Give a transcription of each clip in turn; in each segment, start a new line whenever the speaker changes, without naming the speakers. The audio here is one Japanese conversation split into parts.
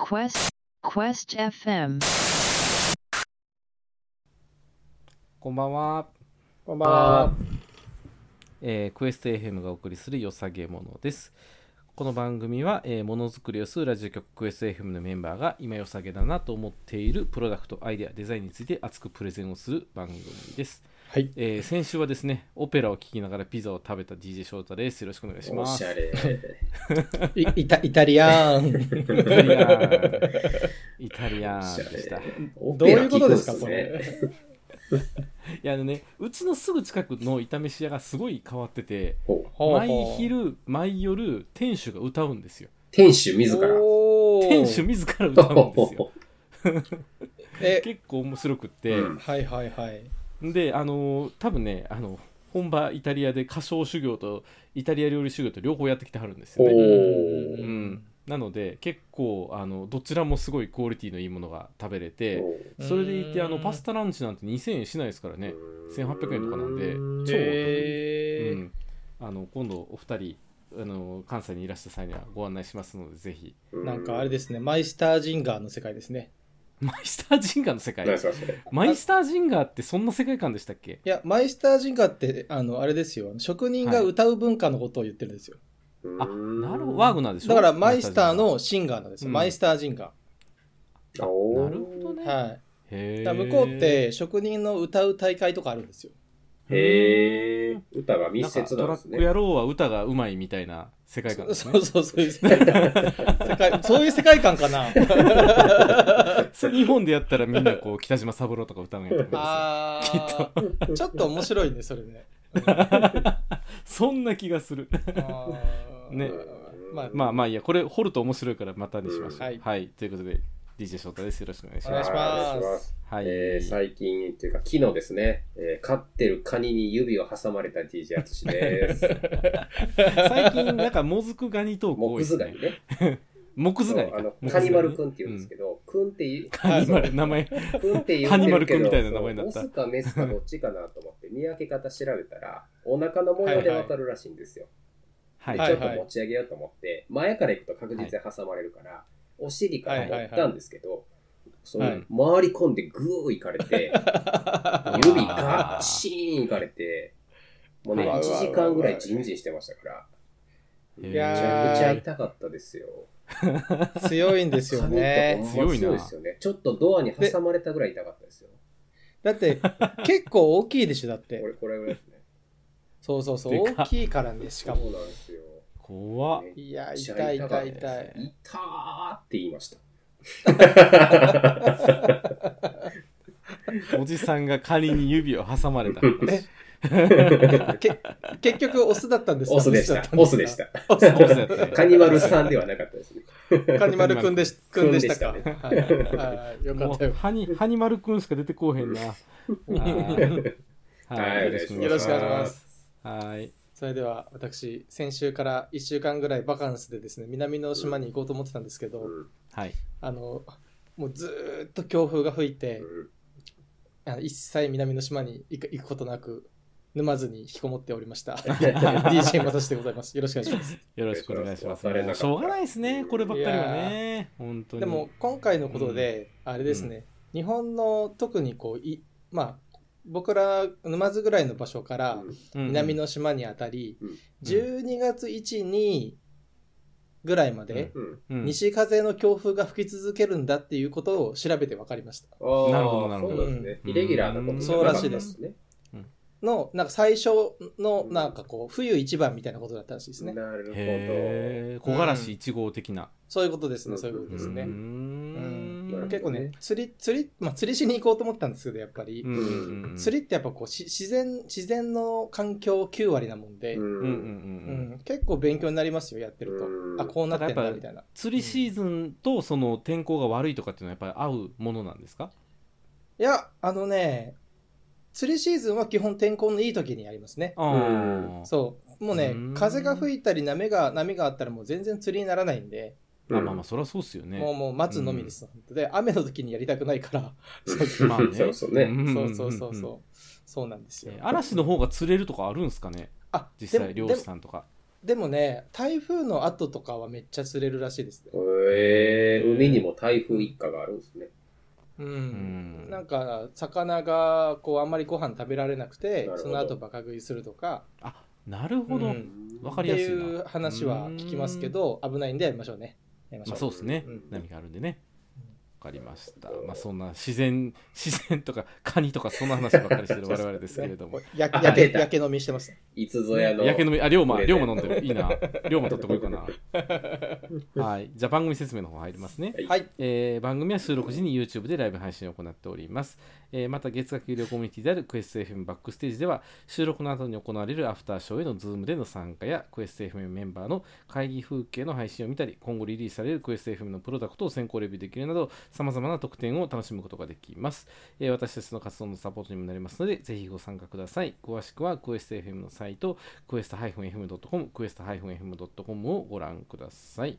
Quest Quest FM
こんばんは、
こんばんは。
えークエスト FM がお送りするよさげものですこの番組は、えーものづくりをするラジオ局クエスト FM のメンバーが今よさげだなと思っているプロダクトアイデアデザインについて熱くプレゼンをする番組です、
はい。
えー先週はですねオペラを聴きながらピザを食べた DJ 翔太ですよろしくお願いし
お
ます
しゃれ。
いイタイタリアン。
イタリア ンイタリアン
お
で
しゃれ
したい
どういうことですか
オペラ聞くっすね
やあのねうちのすぐ近くの炒めし屋がすごい変わってて
ほう
毎昼毎夜店主が歌うんですよ
店主自ら。
店
店
主自ら歌うんです よ
え、
結構面白くって、
うん
はいはいはい。
であのー多分ねあの本場イタリアで歌唱修行とイタリア料理修行と両方やってきてはるんですよ
お
ね、
ー
う
うん
ん、なので結構あのどちらもすごいクオリティのいいものが食べれてそれでいてあのパスタランチなんて2000円しないですからね、1800円とかなんで超お得う
えー
ん、あの今度お二人あの関西にいらした際にはご案内しますのでぜひ
なんかあれですね、マイスタージンガーの世界ですね。
マイスタージンガーの世界
何ですかそれ。
マイスタージンガーってそんな世界観でしたっけ
いや、マイスタージンガーって、あの、あれですよ、職人が歌う文化のことを言ってるんですよ。
あなるほどワーグナーでしょ
だから、マイスタ
マ
ー
イ
のシンガーなんですよ、
うん
マイスタージンガ
スタージンガーな
おー
るほどね、
ー。はい。
へ
だ
ー
から向こうって、職人の歌う大会とかあるんですよ。
へえ
へ。
歌が
ーな
密
んか
接な
ト
んで
ラ
す
ック
ね
野。郎は歌がうまいみたいな世界観です
そ
ね
うそう、そういう世界 観。世界そういう世界観かな。
それ日本でやったらみんなこう北島三郎とか歌うんやと思いま
ああ、ちょっと面白いね、それね。
すそんな気がする
あー
ね
まあ、
まあまあいいやこれ掘ると面白いからまたにしましょう、
うんはい
ということで DJ 翔太ですよろしくお願いし
お
ま
願い
す
します
はいお願いします。
はい、
えー最近っていうか、昨日ですね、えー飼ってるカニに指を挟まれた DJ アツ シです。
最近なんかもずくガニトーク多い
木
です
図ガニ
ね
ね。
木図
そ
ガニ
う
か
あの
木図
カ
ガニ
ニ丸くんって言うんですけど、くんっていう、
カニ丸名前
くんって言う
カニ丸くんみたいな名前になった
オスかメスかどっちかなと思って、見分け方調べたら、お腹の模様でわかるらしいんですよ。
は
で
い、
は
ち
い
ょっと持ち上げようと思って、前から行くと確実に挟まれるから、お尻から持ったんですけど、その
は
回り込んでグーいかれて、指ガッチーンいかれて、もうね、
はい
1時間ぐらいジンジンしてましたから、
えー
い
め
や
ち
ー
ゃくちゃ痛かったですよ。
強いんですよ ね。
髪とかほんま強いですよね。ちょっとドアに挟まれたぐらい痛かったですよ。
だって、結構大きいでしょ、だっ
こ
て。
れ、これぐらいですね。
そうそうそう、
でか
大きいからね、し
そ
か
う
も。
なんですよ。
怖っ
めっ
いや、
ち
痛
ゃ
い
痛かった
痛い痛
です
い。
ね痛ーって言いました。
おじさんがカニに指を挟 まれた
えけ結局、オスだったんですか
オスでし
メだったんす。か
オスでした。
オス
オスだったね
カニ丸さんではなかったですね。
カニマルくんで しくんでしたか。
くん
はいはいよか
も
ったよ
う。ハニハニマルくんしか出てこうへんな。
はい
よろしくお願いしま。す。
はい。
それでは私先週から1週間ぐらいバカンスでですね南の島に行こうと思ってたんですけど、
うん
はい。
あのもうずーっと強風が吹いて、あの一切南の島に行く行くことなく沼津に引きこもっておりました DJ まさしでございますよろしくお願いします
よろしくお願いします。
お願いし
もう
ます
しょうがないですね、こればっかりはね。本当に。
でも、今回のことで、あれですね、日本の特にこういまあ僕ら沼津ぐらいの場所から南の島にあたり、
うん
12月1日ぐらいまで、
うん
うん、
西風の強風が吹き続けるんだっていうことを調べて分かりました。
あー
なるほどなるほど
そうなんですね。
うん
イレギュラーなことじゃなかったんね。
の、なんか最初の
う、ん
なんかこう、冬一番みたいなことだったらしいですね。
なるほど。
へえ、木枯らし1号的な。
そういうことです
う
ね、
ん
そういうことです
う
ね。
ん
うん
結構ね、釣り、釣り、まあ釣りしに行こうと思ったんですけど、やっぱり。
うんうんうん
釣りってやっぱこうし自然、自然の環境9割なもんで、
う。
うん
うんうんうんんうん。
結構勉強になりますよ、やってると。
うん
あ、こうなってん
ただ
だ、
やっぱ
みたいな。
釣りシーズンとその天候が悪いとかっていうのはやっぱり合うものなんですか
いや、あのね、釣りシーズンは基本天候のいい時にやりますね。
あー
そう。もうね
うーん、
風が吹いたり波が、波があったらもう全然釣りにならないんで、
あまあまあそりゃそうっすよね。
もうもう待つのみです、本当で、雨の時にやりたくない から、そうそ
まあね
そうそうね
んんんん
うそうそうそう、そうなんですよ
え。ー嵐の方が釣れるとかあるんですかね
あ
実
でも
際漁
で
師
も
さんとか
でもね、台風の後とかはめっちゃ釣れるらしいですね。
えー、海にも台風一過があるんですね。
う。
うんん
なんか、魚が、こう、あんまりご飯食べられなくて
なるほ、ど
その後バカ食いするとか、
あなるほど、
うん
わ
っ
か
て
りやすいな
いう話は聞きますけど、危ないんでやりましょうね。やりまし
まあ、
ょ。
そううですね、
うん
波があるんでねわかりました
うん
まあそんな自然 自然とかカニとかそんな話ばっかりして る我々ですけれども
ねや
あ
やけ
出た
やけ飲みしてます。
いつぞやの。
やけ飲みあ龍馬
これ
龍
で
馬飲んでるいいな龍馬取ってこようか なはいじゃあ番組説明の方入りますね
はい。
えー番組は収録時に YouTube でライブ配信を行っております、えーまた月額有料コミュニティであるクエスト FM バックステージでは収録の後に行われるアフターショーへのズームでの参加やクエスト FM メンバーの会議風景の配信を見たり今後リリースされるクエスト FM のプロダクトを先行レビューできるなどさまざまな特典を楽しむことができます、えー私たちの活動のサポートにもなりますのでぜひご参加ください詳しくはクエスト FM のサイトクエスト -fm.com クエスト -fm.com をご覧ください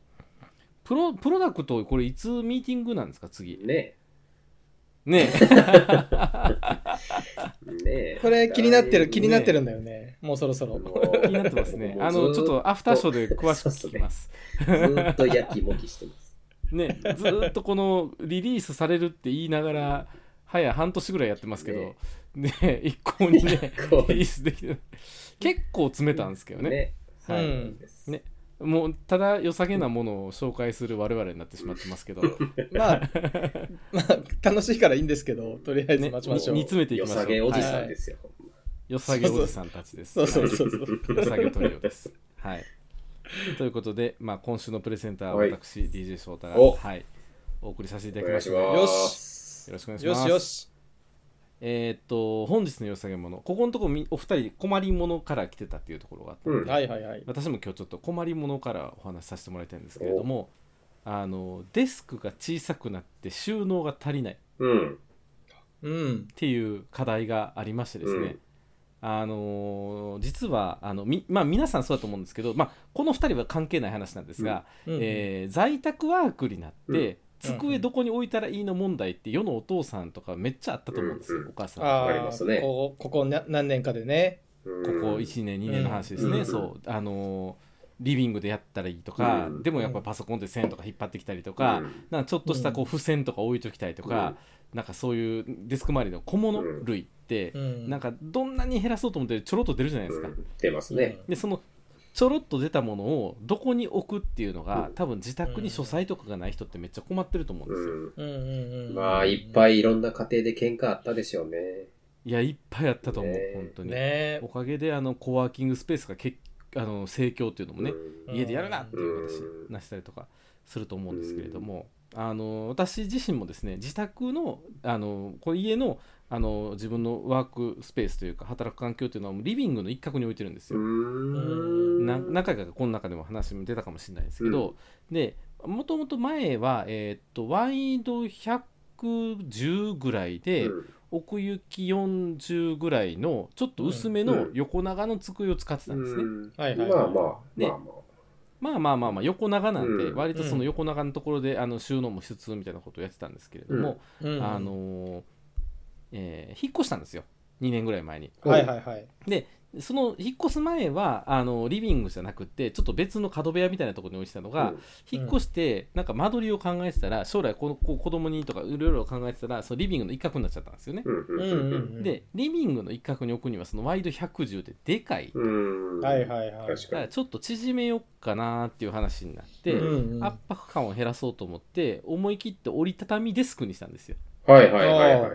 プロプロダクト、これいつミーティングなんですか、次。
ね
ね
え。ねえ。
これ気になってる、
ね
気になってるんだよね。もうそろそろ。
え、気になってますね。あ
も
の、
う
ち
ず
ょ
ー
っとアフターショーで詳しく聞きます。
ずーっとやきもきしてます。
ね、ずーっとこのリリースされるって言いながら、早半年ぐらいやってますけど、ね 一向にね、
こう
リリースできてない。結構詰めたんですけどね。
ね。
うん
はいそうです
ねもう、ただ良さげなものを紹介する我々になってしまってますけど、
ま あ、まあ、楽しいからいいんですけど、とりあえず
ね、
待ち
煮
ましょう。
煮詰めてい
よ
きましょう。
さげおじさ
は
ん
い
ですよ。
良さげおじさんたちです。
そうそうそうそう。
良さげトリオです。はい。ということで、まあ、今週のプレゼンターは
はい
私、DJ 翔太が、
お
はい、お送りさせてい
お
ただきま
願い
し。
したま
よ
す。
し。
よろしくお願いし
よ
ます。
しよし。
えーっと、本日の良さげもの、ここのとこみお二人困りものから来てたっていうところがあったので、
うん
はいはいはい。
私も今日ちょっと困りものからお話しさせてもらいたいんですけれども、あのデスクが小さくなって収納が足りないっ
うん。
うん。
ていう課題がありましてですね、
うん
あのー実はあのみ、まあ、皆さんそうだと思うんですけど、まあ、この2人は関係ない話なんですが、
うん
えー在宅ワークになって、
うん
机どこに置いたらいいの問題って世のお父さんとかめっちゃあったと思うんですよ、
うん
お母さんとか
あ
わか
ー
りますね
ここここな何年かでね。
ここ
うん
1年2年の話ですね、
うん
そうあのーリビングでやったらいいとか、
うん
でもやっぱパソコンで線とか引っ張ってきたりとか、なんかちょっとしたこう付箋とか置いときたいとか、なんかそういうデスク周りの小物類って、
うん。
なんかどんなに減らそうと思ってちょろっと出るじゃないですか、
うん出ますね。
でそのちょろっと出たものをどこに置くっていうのが多分自宅に書斎とかがない人ってめっちゃ困ってると思うんですよ、
う。
うん。うんうんうんん。
まあ、いっぱいいろんな家庭で喧嘩あったでしょうね。
いやいっぱいあったと思う、
ねえ
本当に、
ね
おかげであのコワーキングスペースがけあの盛況っていうのもね、
うん
うん
家でやるなっていう形
うん
なしたりとかすると思うんですけれども、あの私自身もですね自宅のあのこの家のあの自分のワークスペースというか働く環境というのはもうリビングの一角に置いてるんですよ、
うん
な何回かこの中でも話も出たかもしれないですけど、でもともと前は、えーっとワイド110ぐらいで、
うん
奥行き40ぐらいのちょっと薄めの
うん
横長の机を使ってたんですね、
うん
はいはい
まあまあ、
ね
まあまあ。
まあまあまあまあ横長なんで
うん
割とその横長のところであの収納もしつつみたいなことをやってたんですけれども、
うん
あのーえー引っ越したんですよ2年ぐらい前に
はいはいはい。
その引っ越す前はあのリビングじゃなくてちょっと別の角部屋みたいなところに置いてたのが、
うん
引っ越してなんか間取りを考えてたら将来このこう子供にとかいろいろ考えてたらそのリビングの一角になっちゃったんですよね、
うん
うんうんうん。
でリビングの一角に置くにはそのワイド110ででかい
うん
はいはいはい。
確
だ
か
からちょっと縮めようかなっていう話になって、
うん
うんうん
圧迫感を減らそうと思って思い切って折りたたみデスクにしたんですよ
に。はいはいはいはい。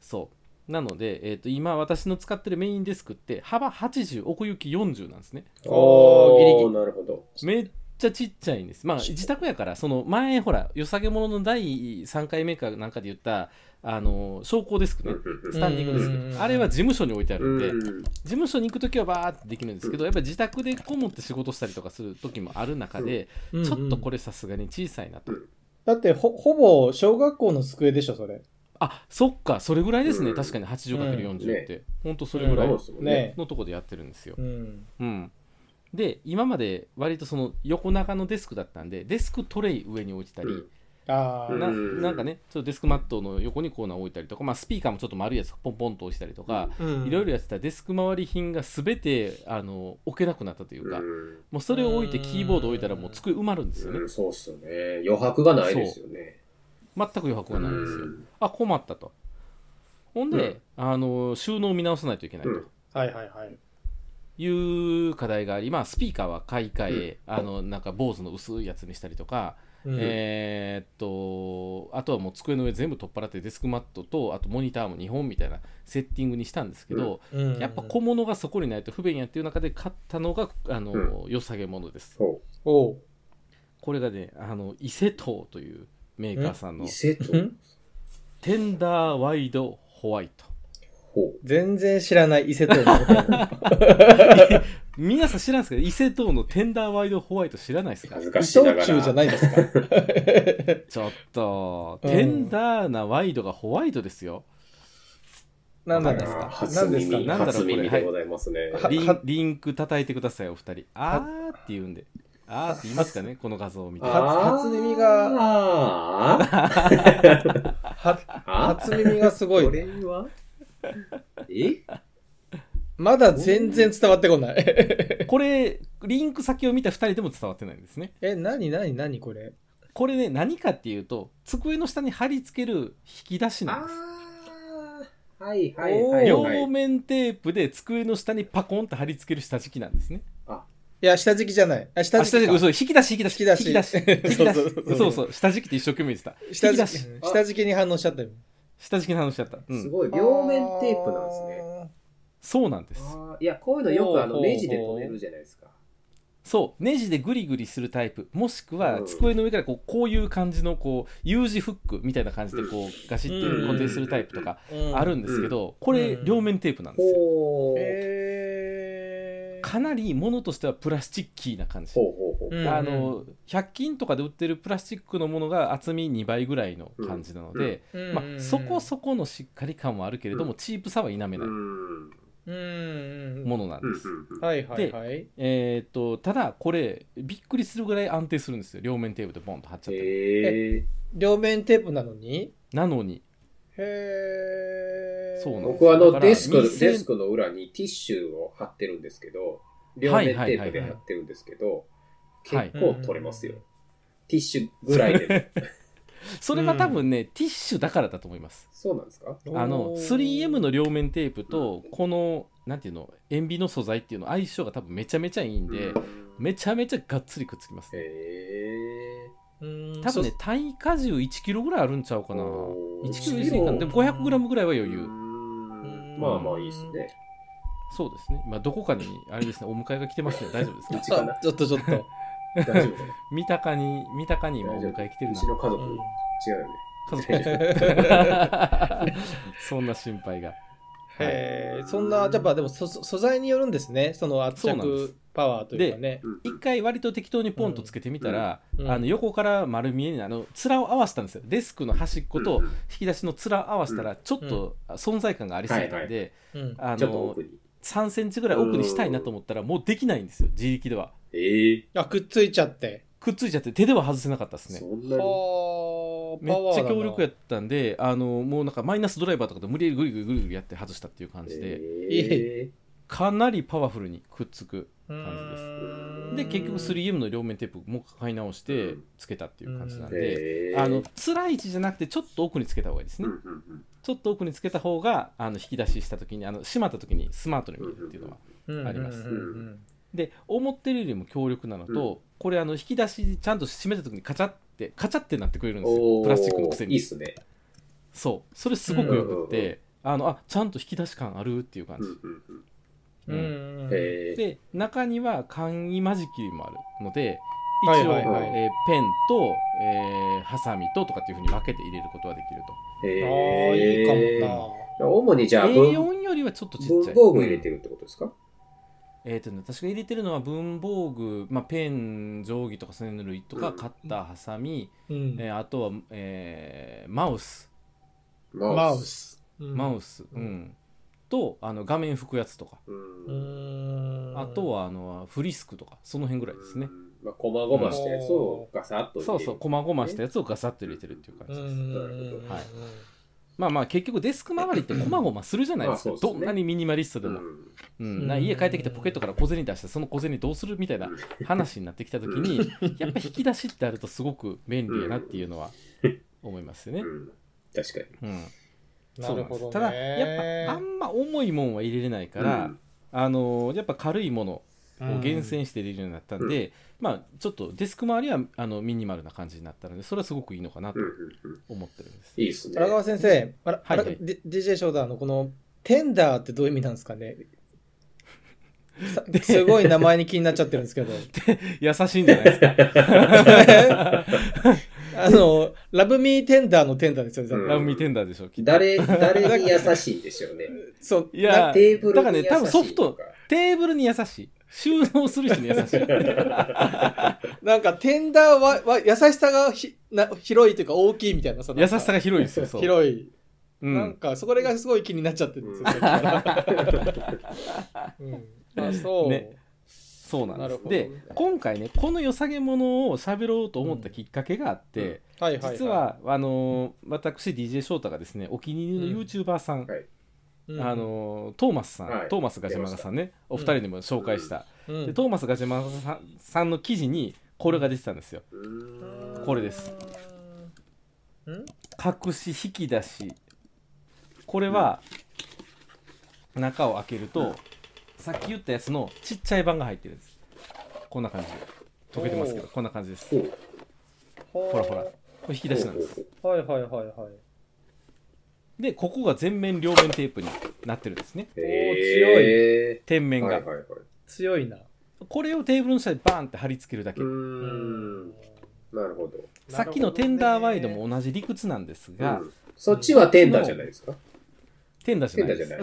そうなので、えー、と今私の使ってるメインデスクって幅80奥行き40なんですね
おーギリギリ
リ。なるほど。
めっちゃちっちゃいんですまあ自宅やからその前ほら良さげものの第3回目かなんかで言ったあの昇降デスクねスタンディングデ
うんうんうんう
ス
ん
クあれは事務所に置いてあ
う
るんで
ん
事務所に行く時はバーってできるんですけどやっぱり自宅でこもって仕事したりとかする時もある中で
うんうん
ちょっとこれさすがに小さいなと
だってほ、ほぼ小学校の机でしょ、それ。
あそっかそれぐらいですね
うん
確かに 80×40 って、
うん
ほんとそれぐらい
そうですもんね
ね
のとこでやってるんですよ、
うん。
うん、で今まで割とその横長のデスクだったんでデスクトレイ上に置いてたり、
うん
ああ、
うん
ななんかねちょっとデスクマットの横にコーナーを置いたりとか、まあ、スピーカーもちょっと丸いやつポンポンと押したりとか、
うん
いろいろやってたらデスク周り品が全てあの置けなくなったというか、
うん
もうそれを置いてキーボード置いたらもう机埋まるんですよね
うんそうっすよね。余白がないですよね。
全く余白がないんですよ
うん
あ困ったとほんで、あの収納を見直さないといけないと
うん
はいはいはい。
いう課題があり、まあ、スピーカーは買い替え、あのなんか坊主の薄いやつにしたりとか、
うん
えーっとあとはもう机の上全部取っ払ってデスクマットとあとモニターも2本みたいなセッティングにしたんですけど、
うん
やっぱ小物がそこにないと不便やっていう中で買ったのがあの、
う
良さげものです
そ
おう
これがねあの伊勢東というメーカーさん
う。
の
伊勢と。
うん
テンダーワイドホワイト
ほ
全然知らない伊勢東の。
皆さん知らんすけど伊勢東のテンダーワイドホワイト知らないです
う。
か
恥
伊
ずかしいなが
東
ら。
急じゃないですか。
ちょっと、
うん
テンダーなワイドがホワイトですよ
何なん
あ
で
ー
すか
初
何ですか
耳、
なんだろう
初
これ
耳でございますね。
は
リ
は
ンリンク叩いてくださいお二人あーって言うんであーって言いますかねこの画像を見て
あー
初耳 が
あ
は
ーあー
初耳がすごい。
これはえ
まだ全然伝わってこない。
これリンク先を見た二人でも伝わってないんですね
え、なになになにこれ
これね何かっていうと机の下に貼り付ける引き出しなん
あ
です
あはいはいはい
両
はい。
面テープで机の下にパコンと貼り付ける下敷きなんですね。
いや、下敷きじゃない。あ、下
あ
敷
下
き
敷き、
か。
嘘、引き出し、引き出し、
引き出し
引き出し
そうそうそう
そうそう、下敷きって一生懸命言ってた。
下
引き出
敷
し
きうん下敷きに反応しちゃったよ。
下敷きの話だった。う
す
ん、
ごい、両面テープなんですね。
ね。
そうなんです。
あーいや、こういうのよくあ
ほうほ
の
うほう
ネジで止めるじゃないですか。
そう、ネジでグリグリするタイプ、もしくは
うん
机の上からこうこういう感じのこう U 字フックみたいな感じでこうガシッて固定するタイプとか
うん
あるんですけど、これ
うん
両面テープなんですよ。
ほう。
えー
かなり物としてはプラスチッキーな感じ。
ほうほうほう。
うん
あの100均とかで売ってるプラスチックのものが厚み2倍ぐらいの感じなので、まあ、そこそこのしっかり感はあるけれども、
う
チープさは否め
う
ない
ん
うんうん
ものなんです、
はいはいはい
えーっとただこれびっくりするぐらい安定するんですよ両面テープでボンと貼っちゃって、
へえ
両面テープなのに
なのに
へえ
そうなの
僕はあ
だ
の
から
デスク
2000
デスクの裏にティッシュを貼ってるんですけど、両面テープで貼ってるんですけど、
はいはい
結構取れますよ。ティッシュぐらい で。
それは多分ね、ティッシュだからだと思います
そうなんですか
あの 3M の両面テープと
う
このなんていうの塩ビの素材っていうの相性が多分めちゃめちゃいいんで、
うん
めちゃめちゃがっつりくっつきますね、
へえ
うん
多分ね単位荷重1キロぐらいあるんちゃうかな
おー
1キロ1キロでも5 0 0ムぐらいは余裕、
うんまあまあいいですね。
そうですね。まあ、どこかに、あれですね、お迎えが来て ますね。大丈夫ですか
うちかな
あちょっとちょっと、
大丈夫かな
三鷹に、三鷹に今お迎え来てる
う
な
ち。の家族、
う
違
ん
うよね。
家族
大丈
で そんな心配が。
へえそんなやっぱでもそ素材によるんですねその圧
そうなんです
着パワーというかね
うん
一回割と適当にポンとつけてみたら、
うんうん
あの横から丸見えにあの面を合わせたんですよデスクの端っこと引き出しの面を合わせたらちょっと存在感がありすぎたんで、
うん
あ
ちょっと
の
奥に。
3センチぐらい奥にしたいなと思ったらもうできないんですよ自力では
ええ
あくっついちゃって
くっついちゃって手では外せなかったですね
そん
は
な
あ
に。
めっちゃ強力や
っ
ったんであのもうなんかマイナスドライバーとかで無理やりグリグリグリグリやって外したっていう感じで、
え
かなりパワフルにくっつく
た
感
で結局 3M の両面テープもう買い直してつけたっていう感じなんで、あの辛い位置じゃなくてちょっと奥につけた方がいいですね、ちょっと奥につけた方があの引き出しした時にあの閉まった時にスマートに見えるっていうのは、ありますで思ってるよりも強力なのと、
う
これあの引き出しちゃんと閉めた時にカチャってカチャってなってくれるんです
お
よ
ー
プラスチックのくせに
いいっすね。
そうそれすごくよくって、あのあちゃんと引き出し感あるっていう感じ、
うんうんうん
へえ。
で中には簡易間仕切りもあるので一
はい
応、
はい
はい
えーペンと、えーハサミととかっていうふうに分けて入れることはできると
あ
へ
ーいいか
え
も
主にじゃあ文
A4 よりはちょっとちっちゃ
文
い
房具入れて
る、
るってことですか
うんえーとね、私が入れてるのは文房具、まあ、ペン定規とかそういうの類とか
うん
カッターハサミ、
なうん
えーあとは、えーマウス
マウ。ス
マ
マ
ウス、うんとあの画面拭くやつとか
うん
あ
あとはあのフリスクとかその辺ぐらいですね
うんまあ、こまごましたやつをガサッと入れる
そうそう、細々したやつをガサッと入れてるっていう感
う
じ
ん
で
う
す。
んうん
はいまあまあ、結局デスク周りって細々するじゃないですか。
まあそうです
どん
ね
なにミニマリストで
う
も。
ん
うん、なんか家帰ってきてポケットから小銭出して、その小銭どうするみたいな話になってきたときに、やっぱ引き出しってあるとすごく便利やなっていうのは思いますよね
う。ん確かに
うん
うん
そう
なる
なんで
ほ
す
どね
ただやっぱあんま重いもんは入れれないから、
うん
あのーやっぱ軽いものを厳
うん
選して入れるようになったんで、まあちょっとデスク周りはあのミニマルな感じになったのでそれはすごくいいのかなと
うんうんうん
思ってるんです、
いいですね
荒川先生、あら、
は
はいい
はい
DJ ショーダーのこの、テンダーってどういう意味なんですかねさすごい名前に気になっちゃってるんです けど。
優しいんじゃないですか
あの、ラブミーテンダーのテンダーですよね。
うん
ラブミーテンダーでしょきっと
誰誰に優しいんでしょうね
そう。
いや
な
テーブルに優しい
だからね多分ソフ
と
ト
か
テーブルに優しい収納する人に優 しい
なんか、テンダーは、は優しさがひな広いというか大きいみたいなさ。
優しさが広いんですよ
が
そう
広い。
う
なん
ん、
か、それがすごい気になっちゃってるんですよ
うん
さっきから。うんあそう、
ねそうなんです、
なる
で
ほど
今回ねこの良さげものを喋ろうと思ったきっかけがあって、
うん
はいはいい
実、はあのー私 DJ 翔太がですねお気に入りの
うん
YouTuber さん、
うん
あ、のートーマスさん、
はい
トーマスガジェマガさんねお二人にも紹介した、
うん
でトーマスガジェマガさんさんの記事にこれが出てたんですよ
うん
これです。隠し引き出しこれは中を開けると、さっき言ったやつのちっちゃい版が入ってるんですこんな感じで溶けてますけど
おー
こんな感じです
ほ
こ
う
ほ
らほらこれ引き出しなんです
ほう
ら。はいはいはいはい。
でここが全面両面テープになってるんですね
ほう
ー
へ
天面
ー
が、
はいはいはい
強いな。
これをテーブルの下でバーンって貼り付けるだけ、
うーんなるほど
さっきのテンダーワイドも同じ理屈なんですが、
うんそっちはテンダーじゃないですか
テンダーじ
テ
ゃ
ン
な
ダ
い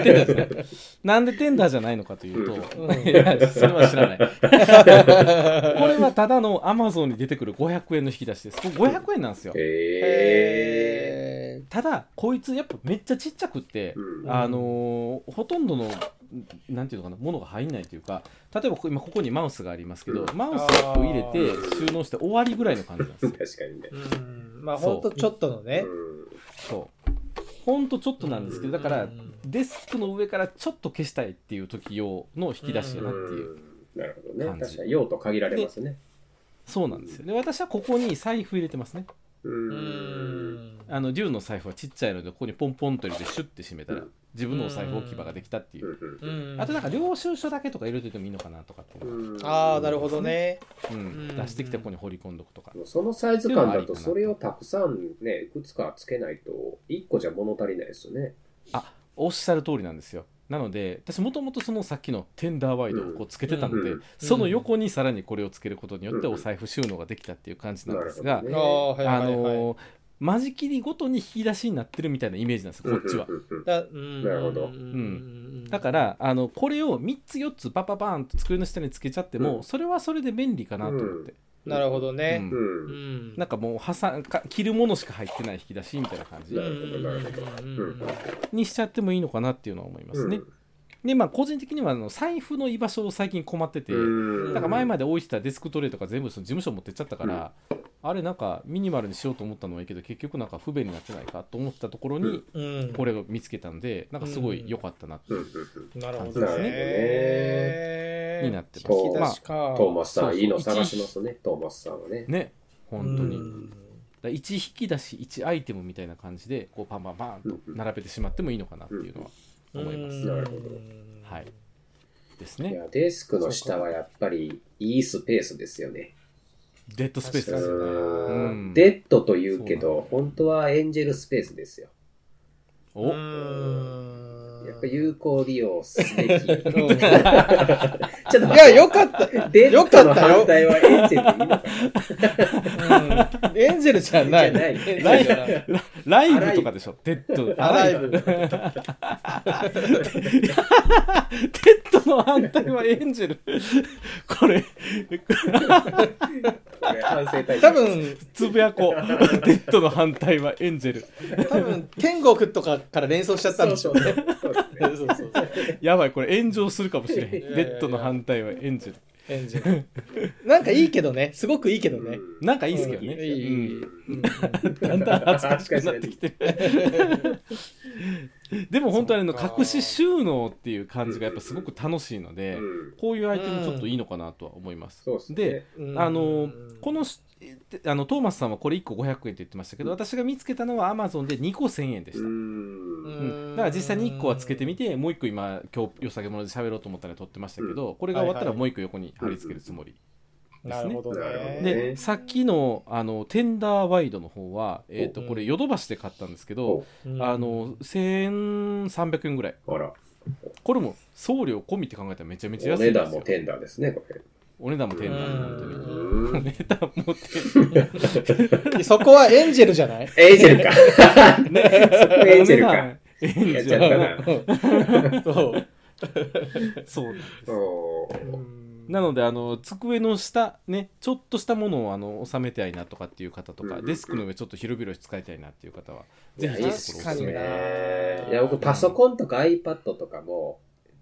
ー
で
じ
す
ゃな い
テンダーじゃないなんでテンダーじゃないのかというと、
うん
いやそれは知らないこれはただのアマゾンに出てくる500円の引き出しですこれ500円なんですよ
へえ
ただこいつやっぱめっちゃちっちゃくって、
うん
あのーほとんどのなんていうのかなものが入んないというか例えばこ今ここにマウスがありますけど、
う
マウスを入れて収納して終わりぐらいの感じなんですよ
確かにね
うんまあ
そう
ほんとちょっとのね。
そうほんとちょっとなんですけどだから、
うん
デスクの上からちょっと消したいっていう時用の引き出し
う
や
ん
なっていう、
なるほど
感
ね
じ
確かに用途限られますね
そうなんですよで私はここに財布入れてますね
う
う
ーん
ん
あのデューの財布はちっちゃいのでここにポンポンと入れてシュッて閉めたら
うん
自分のお財布置き場ができたっていうう、
ん
うん
あとなんか領収書だけとか入れててもいいのかなとかっていうのは、
うん
ああ、なるほどね。
うん
うん
出してきてここに放り込んどくとか、
そのサイズ感
っていうのは
だ
ありか
と
な
それをたくさんねいくつかつけないと1個じゃ物足りないですよね
あおっしゃる通りなんですよなので私もともとそのさっきのテンダーワイドをこうつけてたので、
うん
その横にさらにこれをつけることによってお財布収納ができたっていう感じなんですが、
なるほどね
ああ、はいは
あ
いはい。
のー間仕切りごとに引き出しになってるみたいなイメージなんですよ、こっちは
う。んうん
だうん
なるほど
うん
だから、あのこれを3つ4つバババーンと机の下につけちゃっても、
うん
それはそれで便利かなと思って、
なるほどね。
うん
ううん
う
うん
ん
なんかもう挟んか着るものしか入ってない引き出しみたいな感じ
なるほどなるほど
うん
うん
にしちゃってもいいのかなっていうのは思いますね。でまあ個人的にはあの財布の居場所を最近困ってて、
うん
だから前まで置いてたデスクトレイとか全部その事務所持ってっちゃったから、あれなんかミニマルにしようと思ったのはいいけど結局なんか不便になってないかと思ったところに、
うん
うん
これを見つけたんでなんかすごい良かったなって、
うんうんうん
なるほど
なるほど
ね。
になってます
引き出しか。
トーマスさ
そうんそう
いいの探しますねトーマスさんはね
ね本当に、
う
だか
ん
ら1引き出し1アイテムみたいな感じでこうパンパンパンと並べてしまってもいいのかなっていうのは思います、
うん
なるほど
はいです
い
ね
やデスクの下はやっぱりいいスペースですよね
デッドスペース
そう
で
ですす
よ
よ
ね
ね
うん
デッドというけ
そう
ど本当はエンジェルスペースですよ
お、
うん
やっぱ有効利用すべ きちょっ
うん
と
いや、よかった。
デッ
よ
ドの
かったよ
反対はエンジェルでいいのか
うんエンジェルじゃない。
じゃない
エンジェルじゃない
ラライブとかでしょデッド
アライブ。
デッドの反対はエンジェルこれ
これ反省大会
多分、
つぶやこう デッドの反対はエンジェル
多分、天国とかから連想しちゃったんでしょうね。
そうそ
そうそ
うそう
うそう
やばいこれ炎上するかもしれへん
いやいやいや
デッドの反対はエンジェル
エンジン。なんかいいけどね、すごくいいけどね。
うん
なんかいいっすけどね
うんいいいいいい
うん
うん
だんだん恥ずかしくなってきてるでも本当にあの
そっか
隠し収納っていう感じがやっぱすごく楽しいので、
うん
こういうアイテムちょっといいのかなとは思います、
そうっすね
で
うん
あのこのしえあのトーマスさんはこれ1個500円って言ってましたけど私が見つけたのはアマゾンで2個1000円でし
う
た、
ん
うん、だから実際に1個はつけてみてもう1個今今日良さげもので喋ろうと思ったら撮ってましたけどこれが終わったらもう1個横に貼り付けるつもり、
なるほどね。
で
でさっきのあのテンダーワイドの方は、えー、と
お
これヨドバシで買ったんですけど、
うん
あの、1300円ぐらい
あら、
これも送料込みって考えたらめちゃめちゃ
お
安いん
値
で
段
す
も
よ
テンダーですね、これ。
お値段もテンダー本当にお
うん
値段 もテン
そこはエンジェルじ ゃない
エンジェルか。そこエンジェル
お値
か。
段エンジ
やっちゃった
ェ
な。
そう。
ルそう
う
おー
ん
なのであの机の下ねちょっとしたものをあの収めたいなとかっていう方と
うんうん
か
うん
デスクの上ちょっと広々使いたいなっていう方はいぜ
や
ひ
い
ちょ
い
っ
っ
と
す
こ
ね
れおすすめ
確かに
いや、僕、パソコンとか iPad とかも、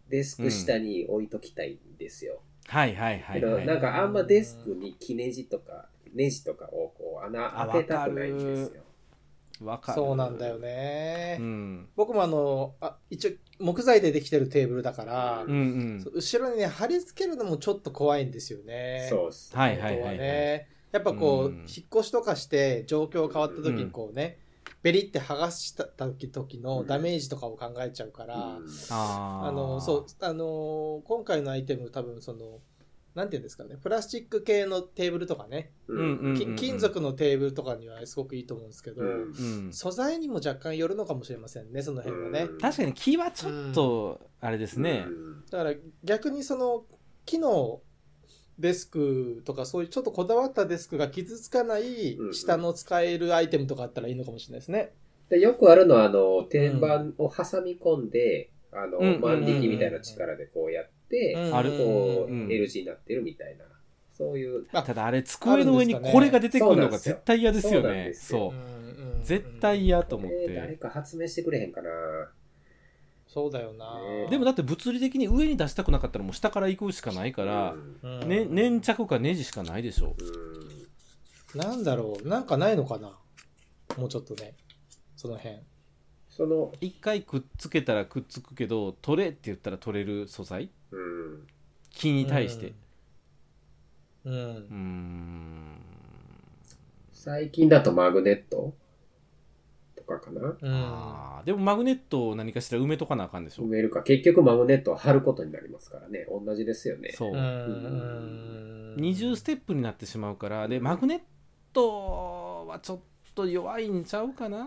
デスク下に置いときたいんですよ。
はいはいは
け
い
ど、
は
ないんかあんまデスクに木ネジとか、ネジとかをこう穴開けたくないんですよ。
わかる
そうなんだよ
う
ね。
ん
僕もあの、あ一応木材でできてるテーブルだから
うんう、ん
そう後ろにね、貼り付けるのもちょっと怖いんですよね。
そうっす。
はいはいは
本
い
当
はい
ね。やっぱこ
う
う、
ん
引っ越しとかして状況変わった時にこうね、ベリって剥がした時時のダメージとかを考えちゃうから、
うん
あー
あのそうあのー今回のアイテム多分そのなんていうんですかねプラスチック系のテーブルとかね、
うんうん
き金属のテーブルとかにはすごくいいと思うんですけど、
うん
うん
素材にも若干よるのかもしれませんねその辺はね、
確かに木はちょっとあれですね
うん
だから逆にその木のデスクとかそういうちょっとこだわったデスクが傷つかない
うんうん
下の使えるアイテムとかあったらいいのかもしれないですね。
でよくあるのは、あの、天板を挟み込んで、あの、
うんうんうん
万力みたいな力でこうやって、
ある
こう、
うん
L 字になってるみたいな、そういう、
あ
ただあれ机の上にこれが出てくるのが絶対嫌ですよね
そ
そううん
うん
絶対嫌と思っ
これ誰
て
か発明してくれへんかな。
そうだよな
ね。
でもだって物理的に上に出したくなかったらもう下から行くしかないから
うん
うん
ね粘着かネジしかないでしょ
うん
なんだろう、なんかないのかなもうちょっとね、その辺。
その、
一回くっつけたらくっつくけど取れって言ったら取れる素材
うん
木に対して
うん。う。
うんーん
最近だとマグネットとかかな。
うん。
あーでもマグネットを何かしら埋めとかなあかんでしょ
埋めるか、結局マグネットは貼ることになりますからね、同じですよね。
そううん20ステップになってしまうからでマグネットはちょっと弱いんちゃうかな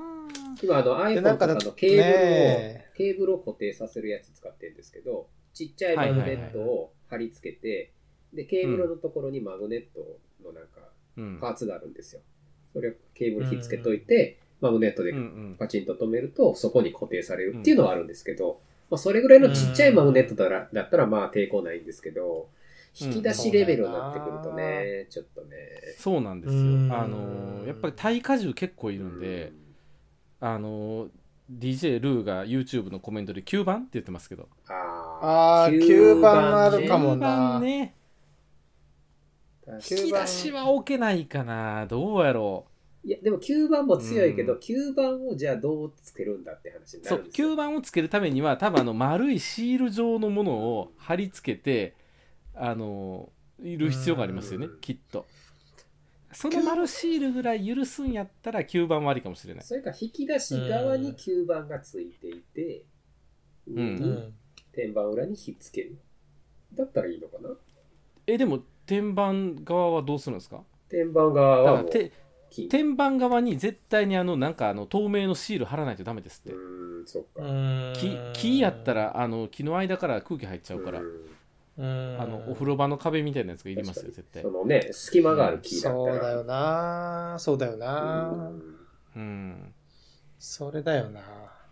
今あの
で
iPhone
な
と
んか
か
だ
の
と
ケーブルを、
ね
ケーブルを固定させるやつ使ってるんですけど、ちっちゃいマグネットを貼り付けて、で、ケーブルのところにマグネットのなんか
うん
パーツがあるんですよ。それをケーブル引っ付けといて、マグネット
う
で
んうん
パチンと止めると、そこに固定されるっていうのはあるんですけど、まあ、それぐらいのちっちゃいマグネットだらだったら、まあ抵抗ないんですけど、
うん
引き出しレベルになってくるとね、ちょっとね。
そうなんですよ
うん
あのーやっぱり耐荷重結構いるんであのー DJ ルーが YouTube のコメントで9番って言ってますけど
あ
あー
ー
吸盤あるかも
9
な
番ね引き出しは置けないかなどうやろ
いや、でも9番も強いけど、
うん
9番をじゃあどうつけるんだって話に
う
な
そ
るん
う
ですよ。
9番をつけるためには多分あの丸いシール状のものを貼り付けてあのいる必要がありますよね
うん
きっとその丸シールぐらい許すんやったら9番はありかもしれない
それから引き出し側に9番がついていて、
ん
上
う
に
ん。
天板裏にひっつける。だったらいいのかな
えでも天板側はどうするんですか
天板側
だか
は
ら
もう
て
金。
天板側に絶対にあのなんかあの透明のシール貼らないとダメです
う
って
ーん、そっ
う
か。
ん
木木やった、らあの木の間から空気入っちゃうから
うん
うん
あのお風呂場の壁みたいなやつがいりますよ
確か
絶
に
対
そのね、隙間がある木だった
そうだ
ら。
よなそうだよな
うん
うん
それだよな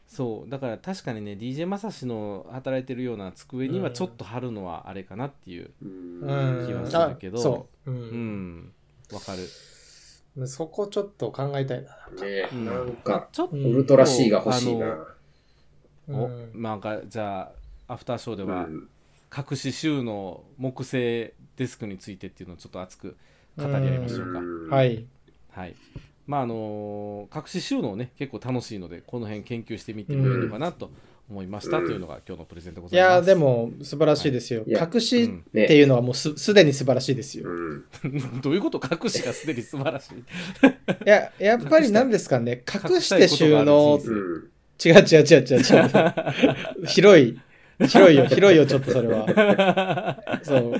そうだから確かにね DJ まさしの働いてるような机には
うん
ちょっと貼るのはあれかなっていう
うん
うん。
気はするけど
あそう。う。
うんんわ、かる、
そこちょっと考えたいな。
ね
うん
なん
まあ
か、
ちょっと
うん
ウルトラ C が欲しいな。
あの
う
お
ん
なんかじゃあアフターショーでは、
うん。
隠し収納木製デスクについてっていうのをちょっと熱く語り合いましょうか。
はいい。
はいまああのー隠し収納ね結構楽しいのでこの辺研究してみてもいいのかなと思いましたというのが今日のプレゼンでご
い
ざいます。
やー、でも、素晴らしいですよ。
いや
隠し
う
っ
ん
ね
ていうのはもうすすでに素晴らしいですよ。
うん。
どういうこと隠しがすでに素晴らしい。
いや、やっぱり何ですかね、
隠
隠
し
した
い
て
ことがある
収
人
納
生、
うん。
違う違う違う違う違う。 広い、広いよ、広いよ、ちょっとそれは。そう。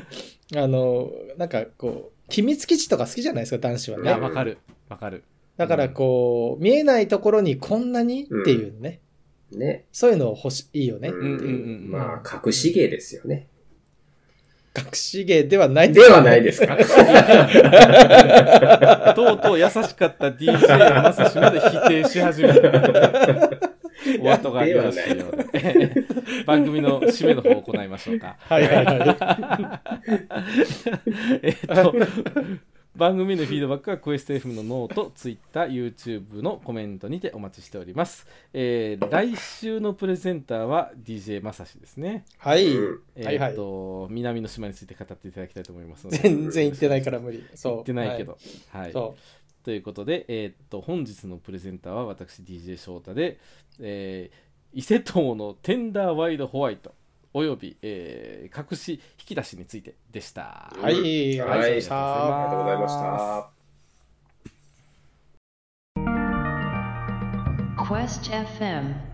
あの、なんかこう、秘密基地とか好きじゃないですか、男子はい
や
ね。
わかるわかる。
だからこう、見えないところにこんなにっていうね、
ね。
そういうの欲しいいよね。
うん
うんうんうん
まあ、隠し芸ですよね。
隠し芸ではない
ではないですか。
とうとう優しかった DJ まさしまで否定し始 める。お後がよろしいようで。番組の締めの方を行いましょうか。
はいはいはい。
えっと、番組のフィードバックはクエスト FM のノート、Twitter、YouTube のコメントにてお待ちしております。えー来週のプレゼンターは DJ まさしですね。
はい。
うん
え
はいはい
ーっと、南の島について語っていただきたいと思いますので。
全然言ってないから無理。そう。
言ってないけど。はい。
はい。そ
ということで、えーっと本日のプレゼンターは私 DJ 翔太で、えー伊勢東のテンダーワイドホワイトおよび、えー隠し引き出しについてでした。
う。はい。
は
あ
い
りがとうございました
あ
ありがとうございました。
Quest FM